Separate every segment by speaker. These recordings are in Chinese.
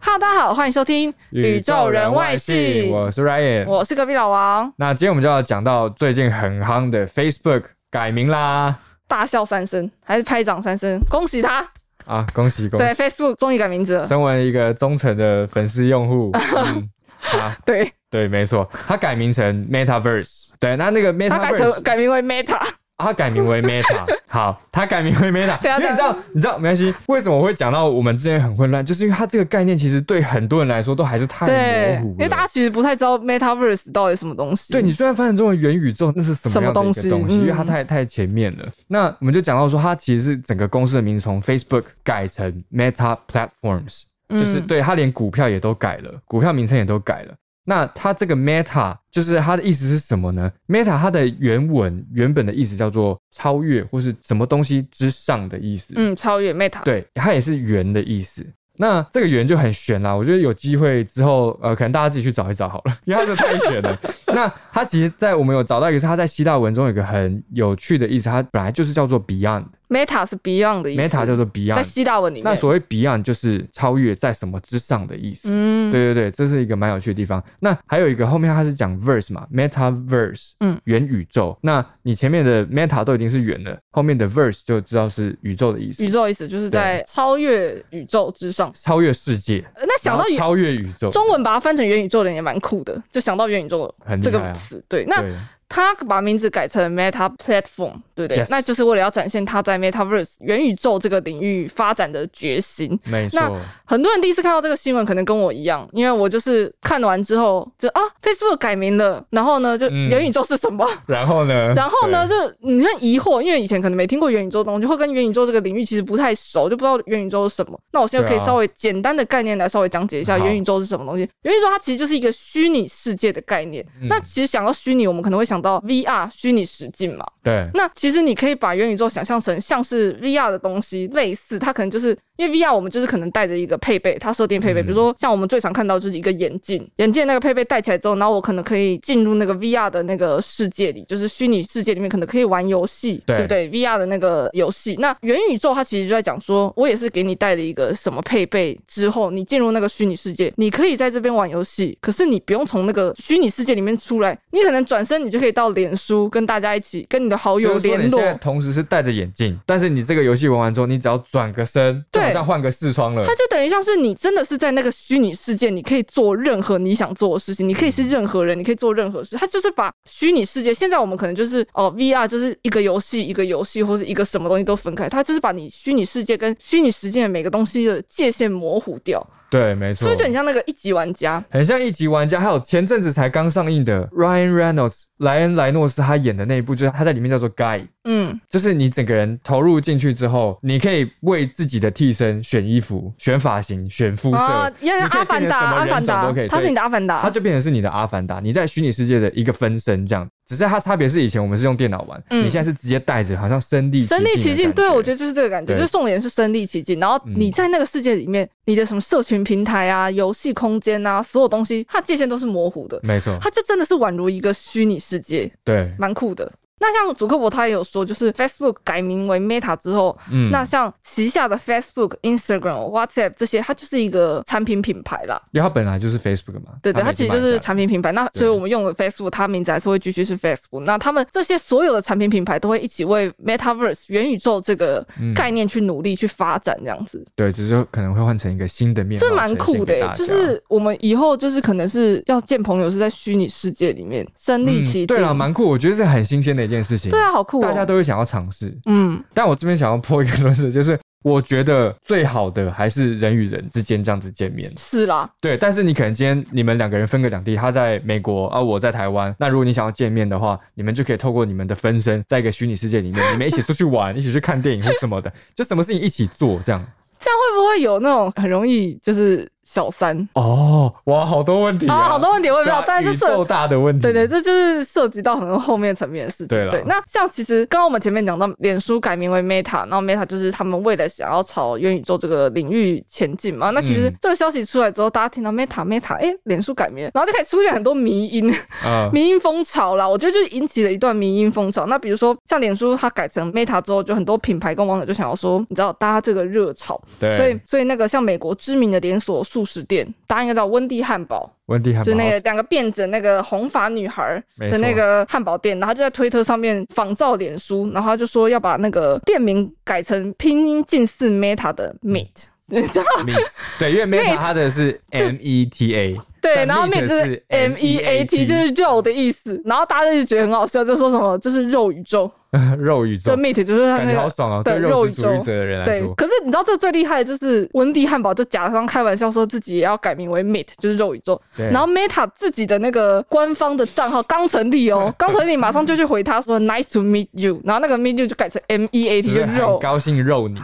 Speaker 1: Hello，大家好，欢迎收听《宇宙人外事》
Speaker 2: 我是 Ryan。
Speaker 1: 我是隔壁老王，
Speaker 2: 那今天我们就要讲到最近很夯的 Facebook 改名啦！
Speaker 1: 大笑三声，还是拍掌三声，恭喜他！
Speaker 2: 啊，恭喜恭
Speaker 1: 对
Speaker 2: 喜！
Speaker 1: ，Facebook 终于改名字了。
Speaker 2: 身为一个忠诚的粉丝用 户，嗯，啊，
Speaker 1: 对，
Speaker 2: 对，没错，他改名成 Metaverse。对，那那个
Speaker 1: 他改
Speaker 2: Metaverse，
Speaker 1: 成改名为 Meta，
Speaker 2: 啊他改名 为 Meta，好，他改名为 Meta，
Speaker 1: 对啊
Speaker 2: 因为你知道，你知道没关系，为什么我会讲到我们之前很混乱，就是因为它这个概念其实对很多人来说都还是太
Speaker 1: 对
Speaker 2: 模，糊
Speaker 1: 因为大
Speaker 2: 了
Speaker 1: 家。其实不太知道 Metaverse 到底什么东西。
Speaker 2: 对你虽然翻译中文元宇宙，那是什
Speaker 1: 什
Speaker 2: 么
Speaker 1: 么
Speaker 2: 样的一
Speaker 1: 东
Speaker 2: 个
Speaker 1: 西
Speaker 2: 东西？因为它
Speaker 1: 嗯
Speaker 2: 太太前面了。那我们就讲到说，它其实是整个公司的名从 Facebook 改成 Meta Platforms，
Speaker 1: 嗯，
Speaker 2: 就是对它连股票也都改了，股票名称也都改了。那它这个 Meta 就是它的意思是什么呢？Meta 它的原文原本的意思叫做超越或是什么东西之上的意思。
Speaker 1: 嗯，超越 Meta。
Speaker 2: 对，它也是圆的意思。那这个圆就很悬啦，我觉得有机会之后，呃，可能大家自己去找一找好了，因为它这太悬了。 那它其实，在我们有找到一个是它在希腊文中有一个很有趣的意思，它本来就是叫做 Beyond，Meta
Speaker 1: Meta 是 Beyond 的意思
Speaker 2: 叫做
Speaker 1: 在
Speaker 2: Beyond。
Speaker 1: 希腊文里面。
Speaker 2: 那所谓 Beyond 就是超越在什么之上的意思。
Speaker 1: 嗯，
Speaker 2: 对对对，这是一个蛮有趣的地方。那还有一个后面它是讲 verse 嘛，metaverse，
Speaker 1: 嗯
Speaker 2: 嗯，元宇宙。那你前面的 meta 都已经是元了，后面的 verse 就知道是宇宙的意思
Speaker 1: 宇，宙意思就是在超越宇宙之上。
Speaker 2: 超越世界，
Speaker 1: 呃那想到
Speaker 2: 然后
Speaker 1: 宇
Speaker 2: 超越宇宙，
Speaker 1: 中文把它翻成元宇宙的人也蛮酷的，就想到元宇宙
Speaker 2: 很厉
Speaker 1: 这
Speaker 2: 害
Speaker 1: 个
Speaker 2: 啊
Speaker 1: 词。对，那
Speaker 2: 对
Speaker 1: 他把名字改成 Meta Platform，对不对
Speaker 2: Yes
Speaker 1: 那就是为了要展现他在 Metaverse 元宇宙这个领域发展的决心。
Speaker 2: 没错，
Speaker 1: 很多人第一次看到这个新闻，可能跟我一样，因为我就是看完之后就啊，Facebook 改名了，然后呢，就
Speaker 2: 嗯
Speaker 1: 元宇宙是什么？
Speaker 2: 然后呢？
Speaker 1: 然后呢，
Speaker 2: 对？
Speaker 1: 就你很疑惑，因为以前可能没听过元宇宙的东西，或跟元宇宙这个领域其实不太熟，就不知道元宇宙是什么。那我现在可以
Speaker 2: 对啊
Speaker 1: 稍微简单的概念来稍微讲解一下
Speaker 2: 好
Speaker 1: 元宇宙是什么东西。元宇宙它其实就是一个虚拟世界的概念。
Speaker 2: 嗯
Speaker 1: 那其实想到虚拟，我们可能会想到 VR 虚拟实境嘛。
Speaker 2: 对，
Speaker 1: 那其实你可以把元宇宙想象成像是 VR 的东西，类似它可能就是因为 VR 我们就是可能带着一个配备，它设定配备，
Speaker 2: 嗯
Speaker 1: 比如说像我们最常看到就是一个眼镜，眼镜的那个配备戴起来之后，然后我可能可以进入那个 VR 的那个世界里，就是虚拟世界里面可能可以玩游戏，
Speaker 2: 对
Speaker 1: 不对？VR 的那个游戏，那元宇宙它其实就在讲说，我也是给你带了一个什么配备之后，你进入那个虚拟世界，你可以在这边玩游戏，可是你不用从那个虚拟世界里面出来，你可能转身你就可以到脸书跟大家一起跟你的好友
Speaker 2: 就是说
Speaker 1: 哦联
Speaker 2: 你现
Speaker 1: 络。
Speaker 2: 在同时是戴着眼镜，但是你这个游戏玩完之后，你只要转个身，就
Speaker 1: 对
Speaker 2: 好像换个视窗了。
Speaker 1: 它就等于像是你真的是在那个虚拟世界，你可以做任何你想做的事情，你可以是
Speaker 2: 嗯
Speaker 1: 任何人，你可以做任何事。它就是把虚拟世界，现在我们可能就是哦、VR 就是一个游戏一个游戏或是一个什么东西都分开，它就是把你虚拟世界跟虚拟实践每个东西的界限模糊掉，
Speaker 2: 对，没
Speaker 1: 是
Speaker 2: 错
Speaker 1: 不是，就很像那个一级玩家？
Speaker 2: 很像一级玩家。还有前阵子才刚上映的 Ryan Reynolds 莱恩莱诺斯他演的那一部，就是他在里面叫做 Guy。
Speaker 1: 嗯，
Speaker 2: 就是你整个人投入进去之后，你可以为自己的替身选衣服、选发型、选肤色，
Speaker 1: 啊，
Speaker 2: 你
Speaker 1: 像
Speaker 2: 可
Speaker 1: 阿
Speaker 2: 以变
Speaker 1: 凡
Speaker 2: 成
Speaker 1: 达，
Speaker 2: 什么
Speaker 1: 阿
Speaker 2: 人
Speaker 1: 凡
Speaker 2: 种
Speaker 1: 达
Speaker 2: 都可以，，
Speaker 1: 它是
Speaker 2: 对
Speaker 1: 你的阿凡达，
Speaker 2: 它就变成是你的阿凡达，你在虚拟世界的一个分身这样。只是它差别是以前我们是用电脑玩，
Speaker 1: 嗯
Speaker 2: 你现在是直接带着，好像身临
Speaker 1: 身临其境，对我觉
Speaker 2: 得
Speaker 1: 得就是这个感觉，
Speaker 2: 对
Speaker 1: 就是重点是身临其境。然后
Speaker 2: 嗯
Speaker 1: 你在那个世界里面，你的什么社群平台啊、游戏空间啊，所有东西，它界限都是模糊的，
Speaker 2: 没错，
Speaker 1: 它就真的是宛如一个虚拟世界，
Speaker 2: 对，
Speaker 1: 蛮酷的。那像祖克伯他也有说，就是 Facebook 改名为 Meta 之后，
Speaker 2: 嗯，
Speaker 1: 那像旗下的 Facebook、Instagram、WhatsApp 这些，它就是一个产品品牌啦。
Speaker 2: 因为它本来就是 Facebook 嘛，
Speaker 1: 对对，它
Speaker 2: 它
Speaker 1: 其实就是产品品牌。那所以我们用的 Facebook，它名字还是会继续是 Facebook。那他们这些所有的产品品牌都会一起为 Metaverse 元宇宙这个
Speaker 2: 嗯
Speaker 1: 概念去努力去发展，这样子，
Speaker 2: 对，只是可能会换成一个新的面貌，
Speaker 1: 这蛮酷的、
Speaker 2: 呈现给
Speaker 1: 欸。
Speaker 2: 大家
Speaker 1: 就是我们以后就是可能是要见朋友是在虚拟世界里面身临其境，
Speaker 2: 嗯对啊，蛮酷，我觉得是很新鲜的一件事情，
Speaker 1: 对啊，好酷哦、
Speaker 2: 大家都会想要尝试。
Speaker 1: 嗯，
Speaker 2: 但我这边想要破一个论述，就是我觉得最好的还是人与人之间这样子见面，
Speaker 1: 是啦，
Speaker 2: 对，但是你可能今天你们两个人分隔两地，他在美国啊，我在台湾。那如果你想要见面的话，你们就可以透过你们的分身，在一个虚拟世界里面，你们一起出去玩，一 起去看电影或什么的，就什么事情一起做这样。
Speaker 1: 这样会不会有那种很容易就是小三
Speaker 2: 哦，哇，好多问题啊，
Speaker 1: 哦好多问题我也不
Speaker 2: 对
Speaker 1: 知
Speaker 2: 啊
Speaker 1: 道，但是
Speaker 2: 宇
Speaker 1: 这是
Speaker 2: 宙大的问题，
Speaker 1: 对对，这就是涉及到很多后面层面的事情。
Speaker 2: 嗯对啦
Speaker 1: 那像其实刚刚我们前面讲到，脸书改名为 Meta，然后 Meta 就是他们为了想要朝元宇宙这个领域前进嘛。那其实
Speaker 2: 嗯
Speaker 1: 这个消息出来之后，大家听到 Meta Meta，哎、脸书改名，然后就开始出现很多迷因，
Speaker 2: 啊，
Speaker 1: 迷因风潮啦。我觉得就是引起了一段迷因风潮。那比如说像脸书它改成 Meta 之后，就很多品牌跟网友就想要说，你知道大家这个热潮，
Speaker 2: 对，
Speaker 1: 所所以所以那个像美国知名的连锁素食店，大家应该知道温蒂汉堡，
Speaker 2: 温蒂汉堡
Speaker 1: 就是那个两个辫子的那个红发女孩
Speaker 2: 没
Speaker 1: 的
Speaker 2: 错
Speaker 1: 那个汉堡店，然后他就在推特上面仿照脸书，然后他就说要把那个店名改成拼音近似 Meta 的 Meet，你
Speaker 2: 嗯
Speaker 1: 知道
Speaker 2: Meet，对，因为 Meta 它的是 M E T A，
Speaker 1: 对，
Speaker 2: 但
Speaker 1: 然后
Speaker 2: meat
Speaker 1: meat 就是是 M E A T，
Speaker 2: MEAT
Speaker 1: 就是肉的意思。然后大家就觉得很好笑，就说什么这是肉宇宙，
Speaker 2: 肉宇
Speaker 1: 就
Speaker 2: 宙，
Speaker 1: meat 就是它
Speaker 2: 感
Speaker 1: 那
Speaker 2: 觉好
Speaker 1: 个。
Speaker 2: 爽哦。
Speaker 1: 对
Speaker 2: 对肉
Speaker 1: 肉
Speaker 2: 食
Speaker 1: 宇
Speaker 2: 主
Speaker 1: 宙
Speaker 2: 义者的人来
Speaker 1: 对，
Speaker 2: 说，
Speaker 1: 可是你知道这最厉害的就是温蒂汉堡就假装开玩笑说自己也要改名为 meat，就是肉宇宙。
Speaker 2: 对，
Speaker 1: 然后 Meta 自己的那个官方的账号刚成立哦，刚成立马上就去回他说 Nice to meet you，然后那个 meet you 就改成 M E A
Speaker 2: 就
Speaker 1: T
Speaker 2: 是
Speaker 1: 就
Speaker 2: 很
Speaker 1: 肉，
Speaker 2: 高兴肉 你，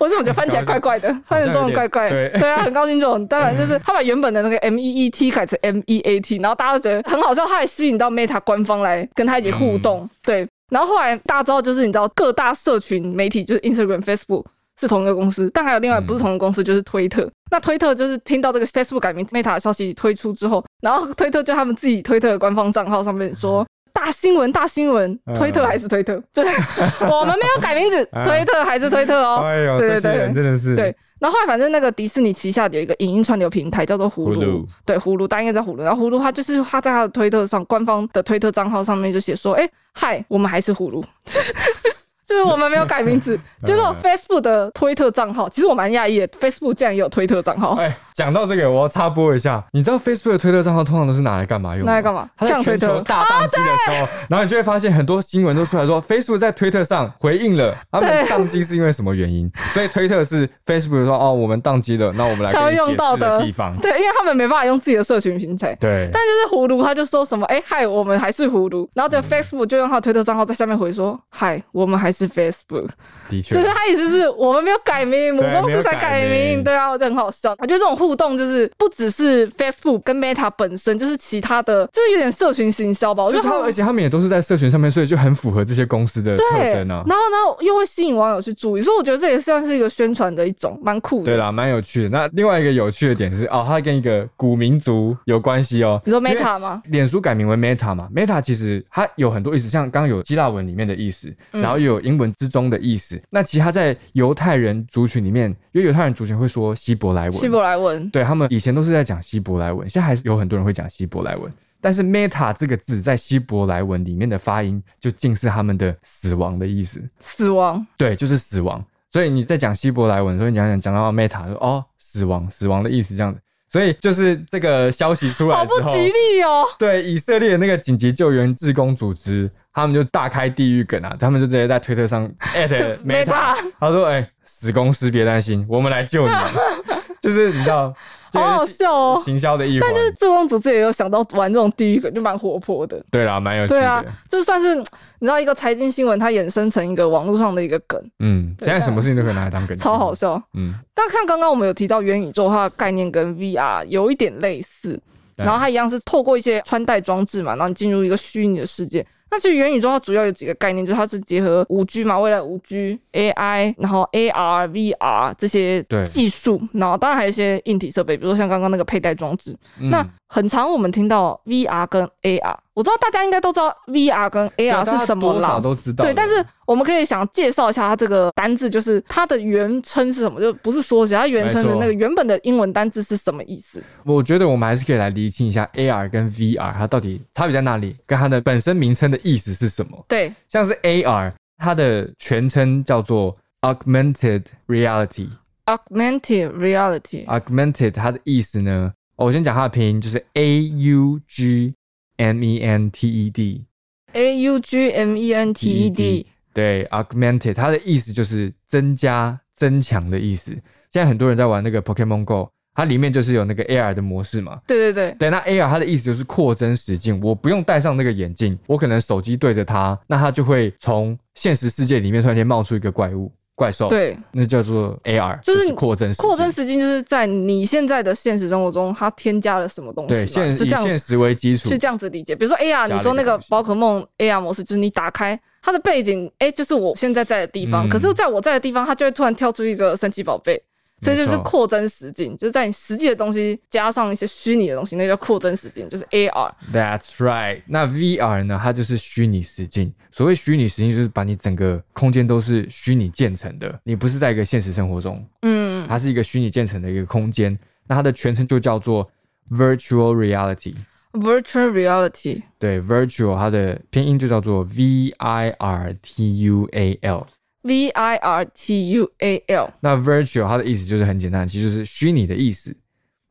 Speaker 1: 我怎么觉得翻起来怪怪的，翻成中文怪怪
Speaker 2: 好像有
Speaker 1: 的，
Speaker 2: 点
Speaker 1: 对啊，很高兴这种，当然 就是他把原本的那个 M E E T 改成 M E A T，然后大家都觉得很好笑，他也吸引到 Meta 官方来跟他一起互动，
Speaker 2: 嗯
Speaker 1: 对。然后后来大家知道，就是你知道各大社群媒体就是 Instagram、Facebook 是同一个公司，但还有另外
Speaker 2: 嗯
Speaker 1: 不是同一个公司，就是推特。那推特就是听到这个 Facebook 改名 Meta 的消息推出之后，然后推特就他们自己推特的官方账号上面说。大新闻，大新闻！
Speaker 2: 嗯
Speaker 1: 推特还是推特， 对，我们没有改名字，
Speaker 2: 嗯
Speaker 1: 推特还是推特哦。
Speaker 2: 哎呦，
Speaker 1: 对
Speaker 2: 这
Speaker 1: 对
Speaker 2: 些人
Speaker 1: 对
Speaker 2: 真的是
Speaker 1: 对，然后后来反正那个迪士尼旗下有一个影音串流平台叫做
Speaker 2: 葫
Speaker 1: 呼噜，
Speaker 2: 芦，
Speaker 1: 对呼噜，大家应该在呼噜。然后呼噜他就是他在他的推特上，官方的推特账号上面就写说，哎，嗨，我们还是呼噜。 就是我们没有改名 字，结
Speaker 2: 哎
Speaker 1: 果 Facebook 的推特账号，其实我蛮讶异的，Facebook 竟然也有推特账号，
Speaker 2: 哎，讲到这个，我要插播一下，你知道 Facebook 的推特账号通常都是拿来干嘛用的吗？
Speaker 1: 拿来干嘛
Speaker 2: 它在
Speaker 1: 呛
Speaker 2: 全
Speaker 1: 推特啊
Speaker 2: 球大宕机的时候，然后你就会发现很多新闻都出来说 Facebook 在推特上回应了，他们
Speaker 1: 对
Speaker 2: 宕机是因为什么原因？所以推特是 Facebook 说哦，我们宕机了，那我们来
Speaker 1: 才
Speaker 2: 给
Speaker 1: 会
Speaker 2: 你
Speaker 1: 用
Speaker 2: 解
Speaker 1: 到
Speaker 2: 释
Speaker 1: 的
Speaker 2: 的地方。
Speaker 1: 对，因为他们没办法用自己的社群平台。
Speaker 2: 对，
Speaker 1: 但就是葫芦，他就说什么，哎、嗨，我们还是葫芦。然后就
Speaker 2: 嗯
Speaker 1: Facebook 就用他的推特账号在下面回说，嗨，我们还是 Facebook。
Speaker 2: 的确
Speaker 1: 就，是他意思是我们没有改名，母
Speaker 2: 啊 对
Speaker 1: 公
Speaker 2: 没有
Speaker 1: 司才
Speaker 2: 改
Speaker 1: 改
Speaker 2: 名
Speaker 1: 名，对啊，我觉得很好笑。我觉得这种互动就是不只是 Facebook 跟 Meta 本身，就是其他的，就是有点社群行销吧。我
Speaker 2: 就
Speaker 1: 觉
Speaker 2: 是
Speaker 1: 得
Speaker 2: 他
Speaker 1: 他
Speaker 2: 们，而
Speaker 1: 们
Speaker 2: 且他们也都是在社群上面，所以就很符合这些公司的特
Speaker 1: 对，
Speaker 2: 征
Speaker 1: 然
Speaker 2: 啊
Speaker 1: 后。呢又会吸引网友去注意，所以我觉得这也算是一个宣传的一种，蛮酷
Speaker 2: 对
Speaker 1: 的。
Speaker 2: 啦，蛮有趣的。那另外一个有趣的点是，哦，它跟一个古民族有关系哦。
Speaker 1: 你说
Speaker 2: 因为
Speaker 1: Meta 吗？
Speaker 2: 脸书改名为 Meta 嘛，Meta 其实它有很多意思，像刚刚有希腊文里面的意思，
Speaker 1: 嗯
Speaker 2: 然后又有英文之中的意思。那其实它在犹太人族群里面，因为犹太人族群会说希伯来文，
Speaker 1: 希伯来文，
Speaker 2: 对他们以前都是在讲希伯来文，现在还是有很多人会讲希伯来文。但是 Meta 这个字在希伯来文里面的发音，就近似他们的死亡的意思。
Speaker 1: 死亡，
Speaker 2: 对，就是死亡。所以你在讲希伯来文的时候，你讲讲讲到 meta，说哦，死亡，死亡的意思这样子。所以就是这个消息出来
Speaker 1: 好不
Speaker 2: 之后，
Speaker 1: 吉利哦。
Speaker 2: 对以色列的那个紧急救援志工组织，他们就大开地狱梗啊，他们就直接在推特 上 at meta，
Speaker 1: Meta
Speaker 2: 他说：“哎、死公司别担心，我们来救你。”啊 就是你知道，这
Speaker 1: 好
Speaker 2: 也
Speaker 1: 好
Speaker 2: 是
Speaker 1: 笑哦
Speaker 2: 行销的一环
Speaker 1: 但。就是志工组自己也有想到玩这种地狱梗，就蛮活泼的。
Speaker 2: 对啦，蛮有趣
Speaker 1: 对
Speaker 2: 的。
Speaker 1: 啊，就算是你知道一个财经新闻，它衍生成一个网络上的一个梗，
Speaker 2: 嗯，现
Speaker 1: 对
Speaker 2: 在什么事情都可以拿来当梗，
Speaker 1: 超好。笑。
Speaker 2: 嗯，
Speaker 1: 但看刚刚我们有提到元宇宙，它的概念跟 VR 有一点类似，
Speaker 2: 对
Speaker 1: 然后它一样是透过一些穿戴装置嘛，然后你进入一个虚拟的世界。那其实元宇宙它主要有几个概念，就是它是结合五 G 嘛，未来五 G、AI，然后 AR、VR 这些
Speaker 2: 对
Speaker 1: 技术，然后当然还有一些硬体设备，比如说像刚刚那个佩戴装置。
Speaker 2: 嗯
Speaker 1: 那很常我们听到 VR 跟 AR，我知道大家应该都知道 VR 跟
Speaker 2: 对啊
Speaker 1: AR
Speaker 2: 大家
Speaker 1: 是什么
Speaker 2: 多
Speaker 1: 啦
Speaker 2: 少，都知道了。
Speaker 1: 对，但是我们可以想介绍一下它这个单字，就是它的原称是什么，就不是缩写，它原称
Speaker 2: 没
Speaker 1: 的
Speaker 2: 错
Speaker 1: 那个原本的英文单字是什么意思？
Speaker 2: 我觉得我们还是可以来厘清一下 AR 跟 VR 它到底差别在哪里，跟它的本身名称的意思是什么。
Speaker 1: 对，
Speaker 2: 像是 AR，它的全称叫做 Augmented Reality。
Speaker 1: augmented reality，
Speaker 2: Augmented 它的意思呢，哦我先讲它的拼音，就是 A U G M E N T E D。
Speaker 1: a u g m e n t e d，
Speaker 2: 对，Augmented 它的意思就是增加、增强的意思。现在很多人在玩那个 Pokemon Go，它里面就是有那个 AR 的模式嘛。
Speaker 1: 对对对，
Speaker 2: 对，那 AR 它的意思就是扩增实境，我不用戴上那个眼镜，我可能手机对着它，那它就会从现实世界里面突然间冒出一个怪物、怪兽，，
Speaker 1: 对，
Speaker 2: 那叫做 AR，
Speaker 1: 就是
Speaker 2: 是扩增实境
Speaker 1: 扩增。实境就是在你现在的现实生活中，它添加了什么东西
Speaker 2: 对，
Speaker 1: 嘛？
Speaker 2: 现
Speaker 1: 是
Speaker 2: 以
Speaker 1: 这
Speaker 2: 现
Speaker 1: 样。
Speaker 2: 实为基础
Speaker 1: 是，这样子理解，比如说 AR，
Speaker 2: 加了
Speaker 1: 你说那
Speaker 2: 一个
Speaker 1: 个
Speaker 2: 东西
Speaker 1: 宝可梦 AR 模式，就是你打开它的背景，哎、就是我现在在的地方，
Speaker 2: 嗯
Speaker 1: 可是在我在的地方，它就会突然跳出一个神奇宝贝，所以就是
Speaker 2: 没错
Speaker 1: 扩增实境，就是在你实际的东西加上一些虚拟的东西，那叫扩增实境，就是 AR。
Speaker 2: That's right。那 VR 呢？它就是虚拟实境。所谓虚拟实境，就是把你整个空间都是虚拟建成的，你不是在一个现实生活中，
Speaker 1: 嗯，
Speaker 2: 它是一个虚拟建成的一个空间。那它的全称就叫做 Virtual Reality。
Speaker 1: Virtual Reality。
Speaker 2: 对，Virtual 它的拼音就叫做 V I R T U A L。
Speaker 1: V I R T U A L，
Speaker 2: 那 Virtual 它的意思就是很简单，其实就是虚拟的意思。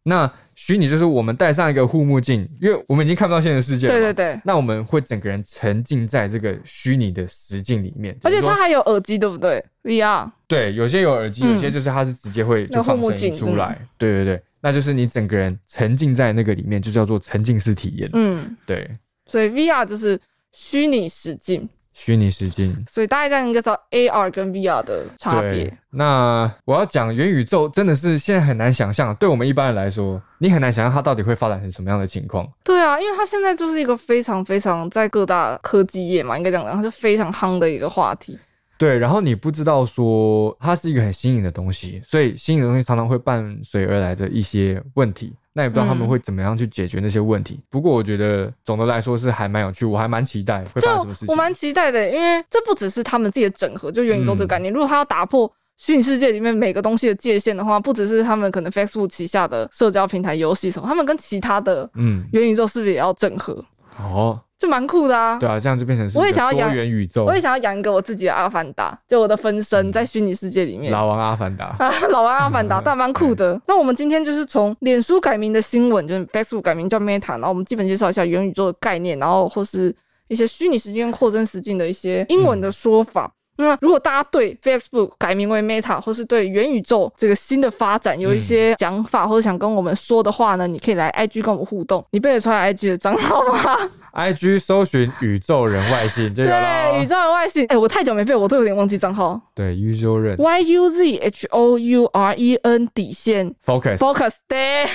Speaker 2: 那虚拟就是我们戴上一个护目镜，因为我们已经看不到现实世界了嘛。
Speaker 1: 对对对，
Speaker 2: 那我们会整个人沉浸在这个虚拟的实境里面，
Speaker 1: 而且
Speaker 2: 就是
Speaker 1: 它
Speaker 2: 说
Speaker 1: 还有耳机，对不对？VR，
Speaker 2: 对有些有耳机，
Speaker 1: 嗯
Speaker 2: 有些就是它是直接会就放
Speaker 1: 那护目
Speaker 2: 声
Speaker 1: 镜嗯
Speaker 2: 音出来，对对对，那就是你整个人沉浸在那个里面，就叫做沉浸式体验，
Speaker 1: 嗯，
Speaker 2: 对，
Speaker 1: 所以 VR 就是虚拟实境，
Speaker 2: 虚拟实境。
Speaker 1: 所以大家这样应该知道 AR 跟 VR 的差
Speaker 2: 对
Speaker 1: 别。，
Speaker 2: 那我要讲元宇宙真的是现在很难想象，对我们一般人来说，你很难想象它到底会发展成什么样的情况。
Speaker 1: 对啊，因为它现在就是一个非常非常在各大科技业嘛，应该这样讲，它是非常夯的一个话题。
Speaker 2: 对，然后你不知道说它是一个很新颖的东西，所以新颖的东西常常会伴随而来的一些问题。那也不知道他
Speaker 1: 嗯
Speaker 2: 们会怎么样去解决那些问题。不过我觉得总的来说是还蛮有趣，我还蛮期待会
Speaker 1: 就
Speaker 2: 发生什么事情。
Speaker 1: 我蛮期待的，因为这不只是他们自己的整合，就元宇宙这
Speaker 2: 嗯
Speaker 1: 个概念，如果他要打破。虚拟世界里面每个东西的界限的话，不只是他们可能 Facebook 旗下的社交平台、游戏什么，他们跟其他的
Speaker 2: 嗯，
Speaker 1: 元宇宙是不是也要整合？
Speaker 2: 哦，
Speaker 1: 就蛮酷的啊！
Speaker 2: 对啊，这样就变成是
Speaker 1: 我也
Speaker 2: 一个
Speaker 1: 想要
Speaker 2: 多
Speaker 1: 养
Speaker 2: 元宇宙
Speaker 1: 我，也想要养一个我自己的阿凡达，就我的分身
Speaker 2: 嗯
Speaker 1: 在虚拟世界里面。
Speaker 2: 老王阿 凡达。
Speaker 1: 啊，老王阿凡达，但蛮酷的。那我们今天就是从脸书改名的新闻，就是 Facebook 改名叫 Meta，然后我们基本介绍一下元宇宙的概念，然后或是一些虚拟实境、扩增实境的一些英文的说法。那如果大家对 Facebook 改名为 Meta，或是对元宇宙这个新的发展有一些想法，或者想跟我们说的话呢，你可以来 IG 跟我们互动。你背得出来 IG 的账号吗？
Speaker 2: I G 搜寻宇宙人外星就有了
Speaker 1: 对，宇
Speaker 2: 哦。
Speaker 1: 宙人外星。哎、我太久没背，我都有点忘记账号。
Speaker 2: 对，宇宙人
Speaker 1: Y U Z H O U R E N 底线
Speaker 2: Focus
Speaker 1: Focus Day，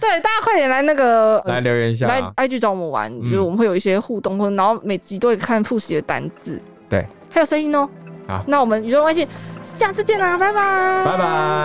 Speaker 1: 对，大家快点来那个呃
Speaker 2: 来留言一下
Speaker 1: 来
Speaker 2: 啊。
Speaker 1: IG 找我们玩，
Speaker 2: 嗯
Speaker 1: 就是我们会有一些互动，或者然后每集都会看复习的单字，
Speaker 2: 对，
Speaker 1: 还有声音哦。
Speaker 2: 好
Speaker 1: 那我们宇宙外星下次见啦，拜拜，
Speaker 2: 拜拜。